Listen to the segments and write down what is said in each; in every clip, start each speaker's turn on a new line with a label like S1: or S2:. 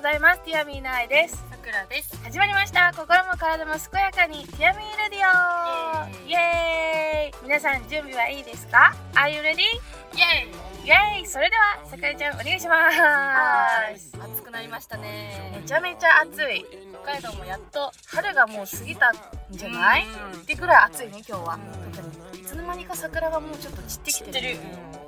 S1: ざいますティアミーナアイです
S2: さくらです
S1: 始まりました心も体も健やかにティアミーレディオイ
S2: イ
S1: エーイ皆さん準備はいいですか Are you ready?
S2: イエーイ
S1: イエーイそれではさくらちゃんお願いします
S2: 暑くなりましたね
S1: めちゃめちゃ暑い
S2: 北海道もやっと
S1: 春がもう過ぎたんじゃない、
S2: うん
S1: ってぐらい暑いね今日は、
S2: うん
S1: 特にいつの間にか桜がもうちょっと散ってきてる
S2: 散ってる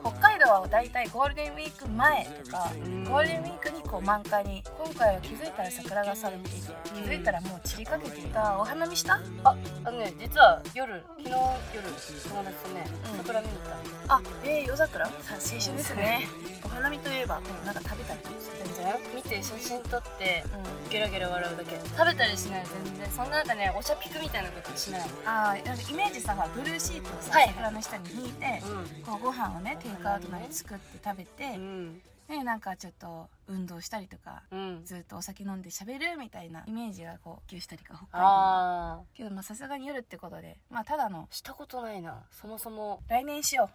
S1: 北海道はだいたいゴールデンウィーク前とかゴールデンウィークにこう満開に今回は気づいたら桜が咲いていて気づいたらもう散りかけていたお花見した
S2: ああのね実は夜昨日夜友達とね
S1: うん
S2: 桜見に行った
S1: あえー、夜桜さ青春ですねお花見といえばなんか食べたり
S2: 全然見て写真撮って
S1: う
S2: ゲラゲラ笑うだけ食べたりしない全然そんな中ねおしゃピクみたいなことしない
S1: ん、あーなんかイメージさほらブルーシートをさ、
S2: はい
S1: 桜の下に引いてこうご飯をねテイクアウトまで作って食べて、
S2: ん
S1: ね、なんかちょっと運動したりとか
S2: うん
S1: ずっとお酒飲んで喋るみたいなイメージがこう普及したりか北海道
S2: ああ
S1: けどまあさすがに夜ってことでまあただの
S2: したことないなそもそも
S1: 来年しよ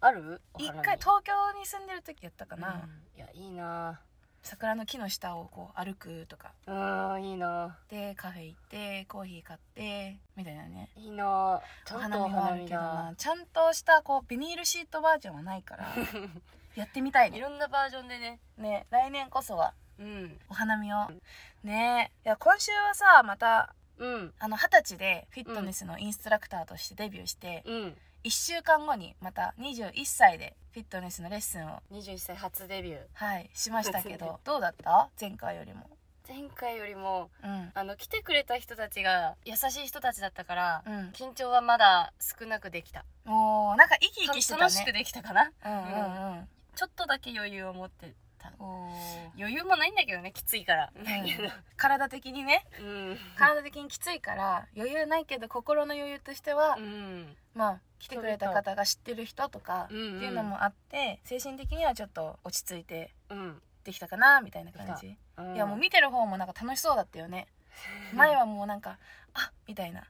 S2: ある
S1: う一
S2: お花見
S1: 回東京に住んでる時やったかな、
S2: うんいやいいな
S1: 桜の木の下をこう歩くとか
S2: うんいいな
S1: でカフェ行ってコーヒー買ってみたいなね
S2: いいなち
S1: お
S2: ゃん
S1: 花
S2: とお
S1: 見はあ
S2: 花
S1: る
S2: 見
S1: けどな
S2: だ
S1: ちゃんとしたこうビニールシートバージョンはないから やってみたい
S2: い
S1: ね
S2: ろんなバージョンでね
S1: ね来年こそは
S2: うん
S1: お花見をねいや今週はさまた
S2: うん
S1: あの二十歳でフィットネスのインストラクターとしてデビューして、
S2: うん
S1: 一1週間後にまた21歳でフィットネスのレッスンを、
S2: 21歳初デビュー
S1: はい、しましたけ
S2: そうですね
S1: どどうだった前回よりも。
S2: 前回よりも
S1: うん、
S2: あの来てくれた人たちが優しい人たちだったから、
S1: うん、
S2: 緊張はまだ少なくできた
S1: もうなんか生き生きしてたね。
S2: 楽しくできたかな
S1: うんうんうん。
S2: ちょっとだけ余裕を持ってた
S1: おー
S2: 余裕もないんだけどねきついから
S1: ん 体的にね
S2: うん
S1: 体的にきついから余裕ないけど心の余裕としては、
S2: うん
S1: まあ来てくれた方が知ってる人とかって
S2: うんうん
S1: いうのもあって、精神的にはちょっと落ち着いて
S2: うん
S1: できたかなみたいな感じ。いやもう見てる方もなんか楽しそうだったよね前
S2: は、
S1: はもうなんか「あみたいな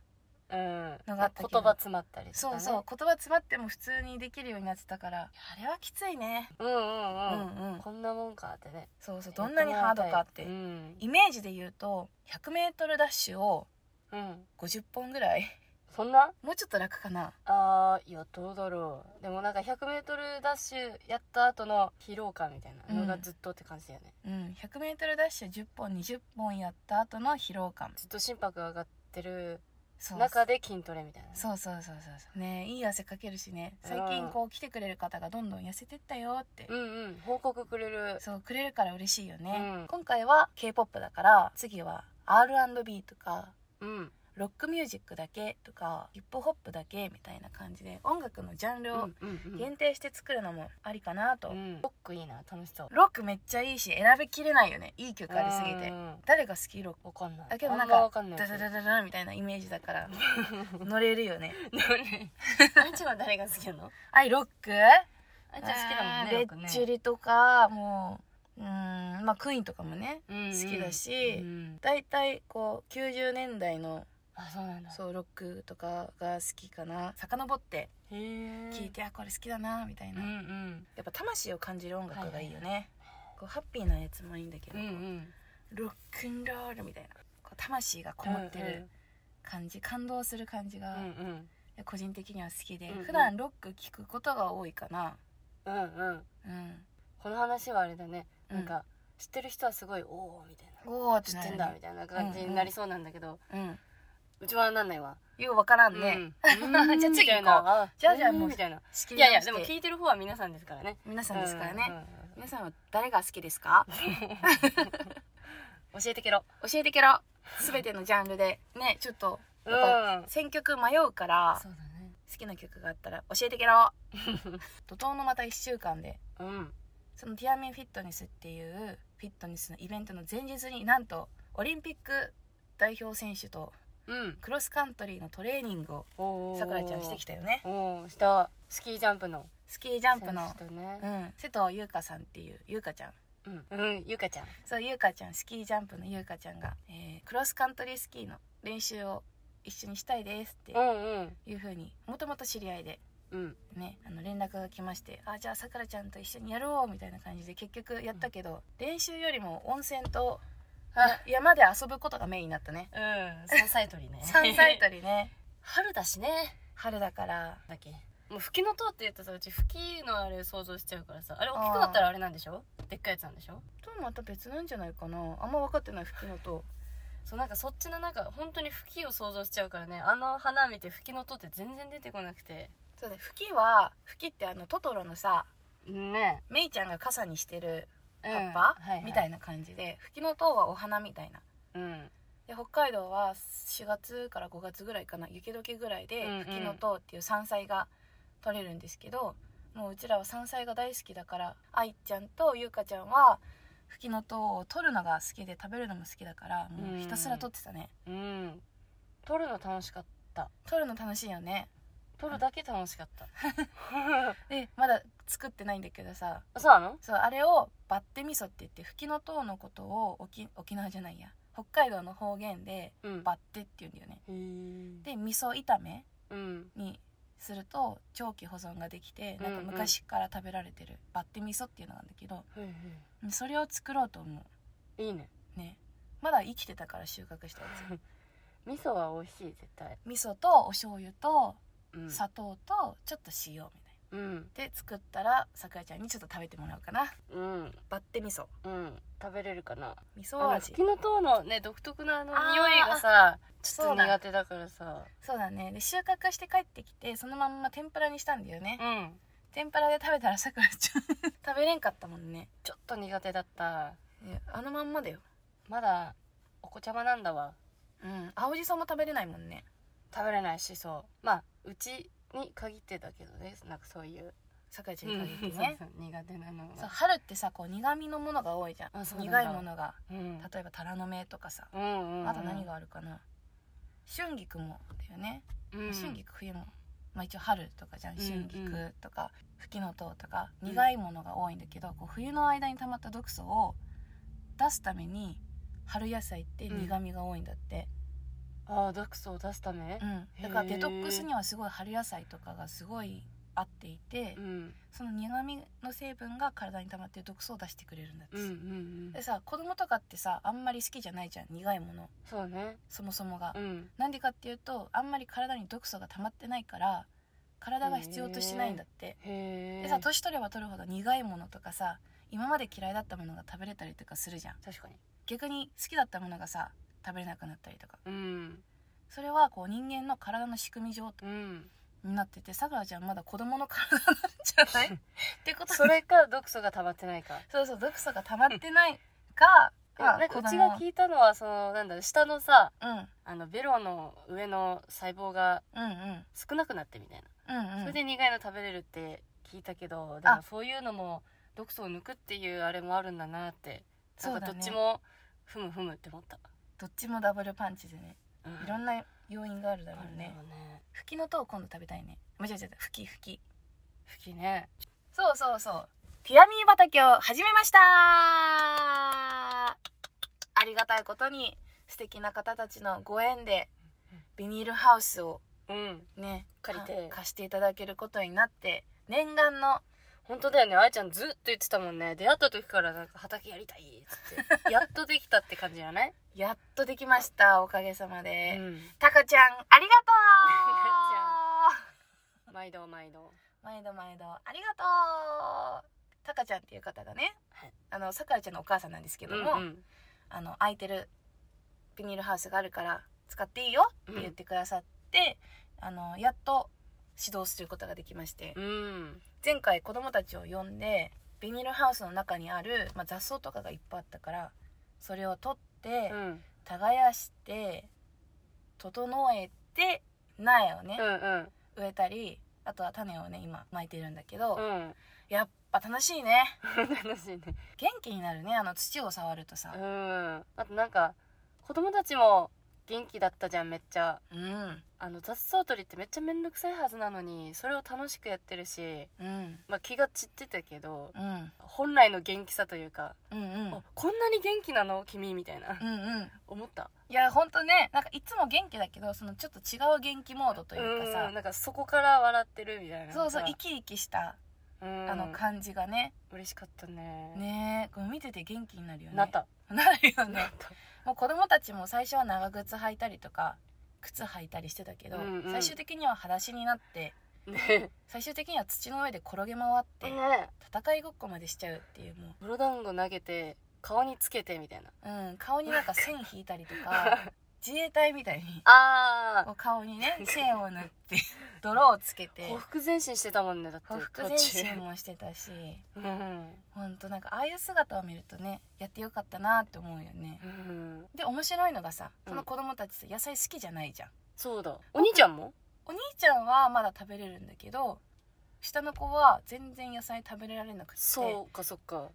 S2: うん、
S1: のがあったけど
S2: 言葉詰まったりとか、
S1: そ
S2: ね、
S1: うそう、言葉詰まっても普通にできるようになってたからあれはきついね
S2: うん
S1: う
S2: うん
S1: ん
S2: うん、
S1: うん
S2: こんなもんかってね
S1: そうそうどんなにハードかって
S2: うん、
S1: イメージで言うと 100m ダッシュを
S2: うん、
S1: 50本ぐらい
S2: そんな
S1: もうちょっと楽かな
S2: あーいやどうだろうでもなんか 100m ダッシュやった後の疲労感みたいなのがずっとって感じだよね、
S1: うん、100m ダッシュ10本20本やった後の疲労感
S2: ずっと心拍が上がってる
S1: そう
S2: 中で筋トレみたいなね
S1: そうそうそうそうそうねいい汗かけるしね最近こう来てくれる方がどんどん痩せてったよって
S2: うんうん報告くれる
S1: そうくれるから嬉しいよね、
S2: うん
S1: 今回は k p o p だから次は R&B とか
S2: うん
S1: ロックミュージックだけとかヒップホップだけみたいな感じで音楽のジャンル
S2: う
S1: を
S2: んうん
S1: 限定して作るのもありかなと、
S2: うんロックいいな楽しそう
S1: ロックめっちゃいいし選びきれないよねいい曲ありすぎて
S2: うん
S1: 誰が好きロック
S2: わかんない
S1: だけどなん
S2: あ
S1: か
S2: わかんない
S1: ダダダダダみたいなイメージだから 乗れるよね
S2: 何あんちは誰が好きなの
S1: あいロック
S2: あんちゃん好きだもんね
S1: レ
S2: よくね
S1: ッチリとかもううーんまあクイーンとかもね
S2: うんうん
S1: 好きだし
S2: うん
S1: 大体こう90年代の
S2: あそうなんだ
S1: そうロックとかが好きかな遡って
S2: へえ
S1: 聞いて、あこれ好きだなみたい
S2: うん
S1: な、
S2: う
S1: や
S2: ん
S1: っぱ魂を感じる音楽がいいよね、
S2: は
S1: こうハッピーなやつもいいんだけ
S2: う
S1: ど、
S2: んうん
S1: ロックンロールみたいなこう魂がこもってる感じ、感動する感じ
S2: うん
S1: が、
S2: うん
S1: 個人的には好きで、
S2: うんうん
S1: 普段ロック聞くことが多いかな
S2: うんうん
S1: うん
S2: この話はあれだね
S1: うん
S2: なんか知ってる人はすごいおおみたいな
S1: おーって
S2: 知っ
S1: な
S2: て
S1: る
S2: んだ
S1: ね
S2: みたいな感じになりそうなんだけど
S1: うん
S2: うちはなんないわ
S1: よう分からんね、
S2: うん
S1: じゃあ次行こう
S2: みたいなあ
S1: じゃあじゃあもうん
S2: みたいな
S1: 仕切
S2: い
S1: り直
S2: やいや
S1: して
S2: でも聞いてる方は皆さんですからね
S1: 皆さんですからね、
S2: うんうんうん
S1: 皆さんは誰が好きですか
S2: 教えてけろ
S1: 教えてけろ全てのジャンルでねちょっと
S2: うんそう
S1: 選曲迷うから
S2: だね
S1: 好きな曲があったら教えてけ ろ怒涛のまた1週間で
S2: うん
S1: そのティアミンフィットネスっていうフィットネスのイベントの前日になんとオリンピック代表選手と
S2: うん
S1: クロスカントリーのトレーニングを
S2: おー
S1: さくらちゃんしてきたよね
S2: おーしたスキージャンプの
S1: スキージャンプの、
S2: 選手とね
S1: うん、瀬戸優香さんっていう優香ちゃん
S2: うんうんゆかちゃん
S1: そう優香ちゃんスキージャンプの優香ちゃんが、えークロスカントリースキーの練習を一緒にしたいですって
S2: うんうん
S1: いうふうにもともと知り合いで
S2: うん
S1: ね、あの連絡が来まして「あじゃあさくらちゃんと一緒にやろう」みたいな感じで結局やったけど、練習よりも温泉と
S2: あ
S1: 山で遊ぶことがメインになったね
S2: うん山菜採りね
S1: 山菜 採りね
S2: 春だしね
S1: 春だから
S2: だっけもう吹きの塔って言ったらうち吹きのあれ想像しちゃうからさあれ大きくなったらあれなんでしょでっかいやつなんでしょ
S1: とまた別なんじゃないかなあんま分かってない吹きのと
S2: そうなんかそっちのなんか本当に吹きを想像しちゃうからねあの花見て吹きの塔って全然出てこなくて
S1: そうね吹きは吹きってあのトトロのさ
S2: ね
S1: メイちゃんが傘にしてる
S2: え
S1: 葉っぱ、
S2: うんはいはい
S1: みたいな感じで吹きの塔はお花みたいな
S2: うん
S1: で北海道は4月から5月ぐらいかな雪解けぐらいで
S2: うんうん
S1: 吹きの塔っていう山菜が取れるんですけど、もううちらは山菜が大好きだから愛ちゃんと優香ちゃんは吹きの塔を取るのが好きで食べるのも好きだからもうひたすら取ってたね、
S2: うん撮るの楽しかった
S1: 取るの楽しいよね
S2: 撮るだけ楽しかった
S1: でまだ作ってないんだけどさ
S2: そうなの
S1: そうあれをバッテ味噌って言って吹きの塔のことを沖沖縄じゃないや北海道の方言で
S2: うん
S1: バッテって言うんだよね
S2: で
S1: で味噌炒め
S2: うん
S1: にすると長期保存ができてなん
S2: う
S1: か
S2: んうん
S1: 昔から食べられてるバッテ味噌っていうのなんだけど
S2: うん
S1: それを作ろうと思
S2: うんいいね
S1: うねまだ生きてたから収穫したやつ
S2: 味噌は美味しい絶対
S1: 味噌とお醤油と
S2: うん
S1: 砂糖とちょっと塩みたい
S2: うん
S1: なで作ったらさくらちゃんにちょっと食べてもらおうかな
S2: うん
S1: バッテ味噌
S2: うん食べれるかな
S1: 味噌
S2: あの
S1: 味
S2: 吹きの塔のね独特なあの
S1: あー
S2: 匂いがさちょ
S1: そ
S2: っ
S1: う
S2: と
S1: だ
S2: 苦手だからさ
S1: そうだねで収穫して帰ってきてそのまんま天ぷらにしたんだよね
S2: うん
S1: 天ぷらで食べたらさくらちゃん食べれんかったもんね
S2: ちょっと苦手だった
S1: ねあのまんまだよ
S2: まだお子ちゃまなんだわ
S1: うん青じそも食べれないもんね
S2: 食べれないしそうまあうちに限ってだけどねなんかそういう
S1: さくらちゃんに限っ
S2: 苦
S1: てね
S2: 手なの
S1: そう
S2: が
S1: 春ってさこう苦味のものが多いじゃん
S2: あそうなんだ
S1: 苦いものが
S2: うん
S1: 例えばタラの芽とかさ
S2: うんうん
S1: あと何があるかな春菊もだよね、
S2: うん
S1: 春菊冬も、まあ、一応春とかじゃん
S2: うんうん
S1: 春菊とか吹きの塔とか苦いものが多いんだけどこう冬の間に溜まった毒素を出すために春野菜って苦味が多いんだって、
S2: ああ毒素を出すため
S1: うんだからデトックスにはすごい春野菜とかがすごい合っていて、
S2: うん
S1: その苦味の成分が体に溜まってる毒素を出してくれるんだって
S2: うんうんうん
S1: でさ子供とかってさあんまり好きじゃないじゃん苦いもの
S2: そうね
S1: そもそもが、
S2: うん
S1: なんでかっていうとあんまり体に毒素が溜まってないから体が必要としてないんだって、
S2: へえ
S1: でさ年取れば取るほど苦いものとかさ今まで嫌いだったものが食べれたりとかするじゃん
S2: 確かに
S1: 逆に好きだったものがさ食べれなくなったりとか
S2: うん
S1: それはこう人間の体の仕組み上
S2: うん
S1: になっててさくらちゃんまだ子供の体なんじゃ ないってこと
S2: それか毒素が溜まってないか
S1: そうそう毒素が溜まってないかまあ
S2: なんかう
S1: 子
S2: ち
S1: 供
S2: が聞いたのはそのなんだ下のさ
S1: うん
S2: あのベロの上の細胞が
S1: うんうん
S2: 少なくなってみたいな、
S1: うんうん
S2: それで苦いの食べれるって聞いたけどでもそういうのも毒素を抜くっていうあれもあるんだなって
S1: そう
S2: なん
S1: だ
S2: か
S1: ね
S2: どっちもふむふむって思った、
S1: どっちもダブルパンチでねいろん
S2: な
S1: な要因があるだろ
S2: あ
S1: う
S2: る
S1: ね
S2: よね
S1: 吹きの塔を今度食べたいね間違えちゃった吹き吹き
S2: 吹きね
S1: そうそうそうティアミー畑を始めましたありがたいことに素敵な方たちのご縁でビニールハウスを
S2: うん
S1: ね
S2: 借りて
S1: か貸していただけることになって念願の
S2: 本当だよねあやちゃんずっと言ってたもんね出会った時からなんか畑やりたいっつっ てやっとできたって感じじゃない、
S1: やっとできましたおかげさま
S2: う
S1: で、
S2: ん、
S1: タカちゃんありがとう
S2: 毎度毎度
S1: 毎度毎度ありがとうタカちゃんっていう方がね、
S2: はい
S1: あのさくらちゃんのお母さんなんですけども、あの空いてるビニールハウスがあるから使っていいよって言ってくださって、あのやっと指導することができまして、
S2: うん、うん
S1: 前回子供たちを呼んでビニールハウスの中にある、まあ、雑草とかがいっぱいあったからそれを取って、
S2: うんうん
S1: 耕して整えて苗をね、
S2: うん
S1: 植えたりあとは種をね今まいてるんだけど、
S2: うん
S1: やっぱ楽しいね
S2: 楽しいね
S1: 元気になるねあの土を触るとさ
S2: うんあとなんか子供たちも元気だったじゃんめっちゃ
S1: うん
S2: あの雑草取りってめっちゃ面倒くさいはずなのにそれを楽しくやってるし、
S1: うん
S2: まあ、気が散ってたけど
S1: うん
S2: 本来の元気さというか、
S1: うんうん
S2: あこんなに元気なの君みたいな
S1: うんうん
S2: 思った
S1: いいやほんとねなんかいつも元気だけどそのちょっと違う元気モードと
S2: と
S1: いうかさ
S2: なんかそこから笑ってるみたいな
S1: そうそう
S2: さ
S1: 生き生きした
S2: うん
S1: あの感じがね、
S2: 嬉しかったね
S1: ねえこう見てて元気になるよね
S2: なった
S1: なるよ
S2: なっ
S1: ね
S2: た
S1: もう子供たちも最初は長靴履いたりとか靴履いたりしてたけど、
S2: うんうん
S1: 最終的には裸足になって
S2: ね
S1: 最終的には土の上で転げ回って、
S2: ね
S1: 戦いごっこまでしちゃうっていうも
S2: ブロダンゴ投げて顔につけてみたいな
S1: う、うん、顔になんか線引いたりと か自衛隊みたいに
S2: あ
S1: こう顔にね線を塗 って泥をつけて
S2: ほふ前進してたもんねだって
S1: ほふく前進もしてたし
S2: 途中うん
S1: ほんとなんかああいう姿を見るとねやってよかったなって思うよね
S2: うん
S1: で面白いのがさ
S2: うん
S1: この子供たちさ野菜好きじゃないじゃん
S2: そうだお兄ちゃんも
S1: お兄ちゃんはまだ食べれるんだけど下の子は全然野菜食べられなくて
S2: そうかそっか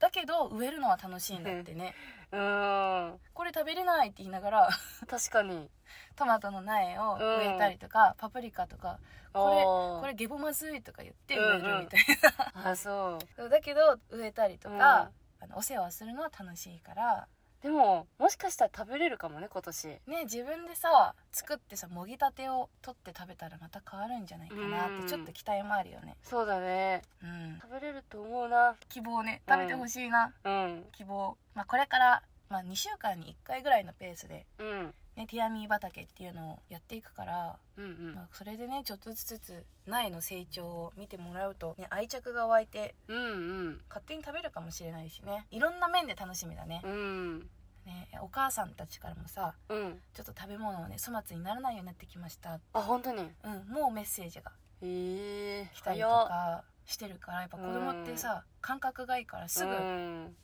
S1: だけど植えるのは楽しいんだってね
S2: うん
S1: これ食べれないって言いながら
S2: 確かに
S1: トマトの苗を植えたりとか、パプリカとか
S2: こ
S1: これゲボまずいとか言って
S2: うん
S1: 植
S2: う
S1: え
S2: ん
S1: るみたい
S2: あそう
S1: な、だけど植えたりとか、あのお世話をするのは楽しいから
S2: でももしかしたら食べれるかもね今年
S1: ね自分でさ作ってさもぎたてを取って食べたらまた変わるんじゃないかなっ
S2: う
S1: て
S2: ん
S1: ちょっと期待もあるよね
S2: そうだね
S1: うん
S2: 食べれると思うな
S1: 希望ね食べてほしいな、
S2: うん
S1: 希望、まあ、これから、まあ、2週間に1回ぐらいのペースで、
S2: うん
S1: ね、ティアミー畑っていうのをやっていくから、
S2: うんうん
S1: まあ、それでねちょっとずつ苗の成長を見てもらうと、ね、愛着が湧いて
S2: うん
S1: 勝手に食べるかもしれないしねいろんな面で楽しみだね,、
S2: うん
S1: ねお母さんたちからもさ
S2: うん
S1: ちょっと食べ物をね粗末にならないようになってきました、
S2: あ本当に
S1: うん、もうメッセージが
S2: ええ
S1: 来たりと
S2: 早っ
S1: かしてるからやっぱ子供ってさ感覚がいいからすぐ
S2: うん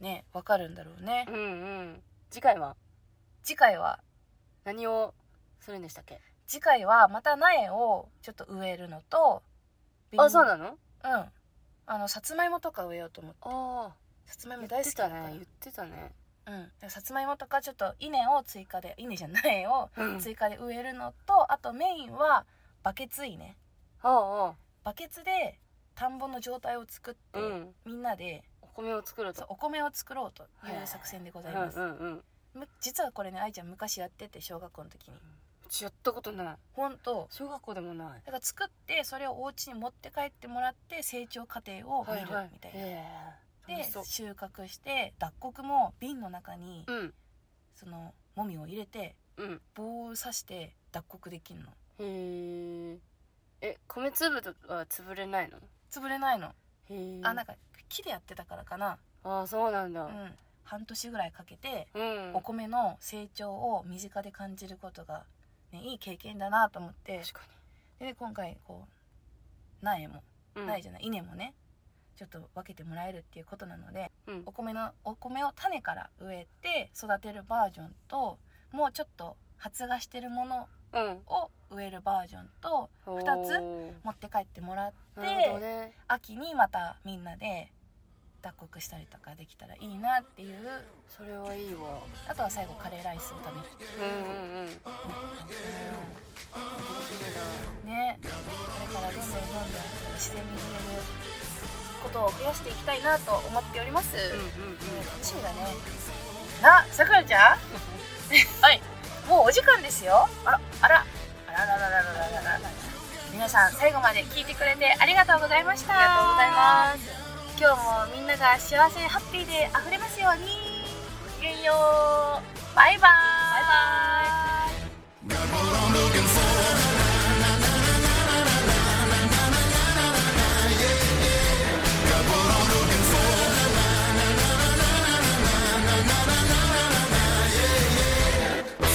S1: ね分かるんだろうね
S2: うんうん次回は
S1: 次回は
S2: 何をするんでしたっけ
S1: 次回はまた苗をちょっと植えるのと
S2: あそう
S1: だ
S2: なの
S1: うんあのさつまいもとか植えようと思って
S2: あ
S1: さつまい
S2: あ
S1: も
S2: 言
S1: 大
S2: っ
S1: 好
S2: て
S1: きだ
S2: た
S1: から、
S2: ね言ってたね
S1: うんでさつまいもとかちょっと稲を追加で稲じゃない苗を
S2: うん
S1: 追加で植えるのとあとメインはバケツ稲
S2: ああ
S1: バケツで田んぼの状態を作って、
S2: うん
S1: みんなで
S2: お米を作る
S1: そう
S2: と
S1: お米を作ろうという作戦でご
S2: う
S1: ざい
S2: ん
S1: ます、
S2: うんうんう
S1: む実はこれね愛ちゃん昔やってて小学校の時に
S2: ちやったことない
S1: 本当
S2: 小学校でもない
S1: だから作ってそれをお家に持って帰ってもらって成長過程を見るみたいな、
S2: ええ
S1: で収穫して脱穀も瓶の中に
S2: うん
S1: そのもみを入れて
S2: うん
S1: 棒を刺して脱穀できるの
S2: へええ米粒は潰れないの
S1: 潰れないの、
S2: へえ
S1: あなんか木でやってたからかな、
S2: ああそうなん
S1: う
S2: だ
S1: ん、半年ぐらいかけて
S2: うん
S1: お米の成長を身近で感じることが、ね、いい経験だなと思って
S2: 確か
S1: で今回こう苗も
S2: にうん
S1: 苗じゃない稲もねちょっと分けてもらえるっていうことなので
S2: うん
S1: お米のお米を種から植えて育てるバージョンともうちょっと発芽してるもの
S2: うん
S1: を植えるバージョンと二つ
S2: おー
S1: 持って帰ってもらって
S2: なるほどね
S1: 秋にまたみんなで脱穀したりとかできたらいいなっていう
S2: それはいいわ
S1: あとは最後カレーライスを食べる
S2: うんうんうん
S1: ねこれからどんどんどんどん自然に触れることを増やしていきたいなと思っております、
S2: うん
S1: 楽
S2: うんうん
S1: しみだねなさくらちゃん
S2: はい
S1: もうお時間ですよあらあらあらららららららら皆さん最後まで聞いてくれてありがとうございました
S2: ありがとうございます
S1: す今日もみんなが幸せハッピーで溢れますようにごきげんようバイバイバイバイ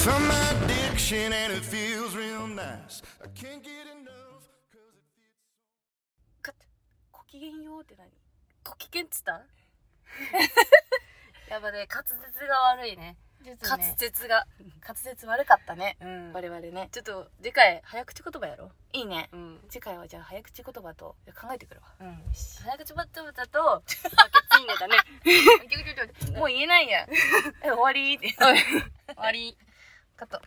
S3: From my addiction and it feels real nice. I can't get enough. 'cause it feels-
S1: カッごきげんようって何
S2: ご機嫌っつった やっぱね滑舌が悪いね滑
S1: 滑舌
S2: 舌 が
S1: 滑舌悪かったね
S2: うん
S1: 我々ね
S2: ちょっと次回早口言葉やろ
S1: いいね
S2: うん
S1: 次回はじゃあ早口言葉と考えてくるわ
S2: うん早口言葉だとバケツインネだね
S1: もう 言えないやえ終わりって
S2: 終わり
S1: カット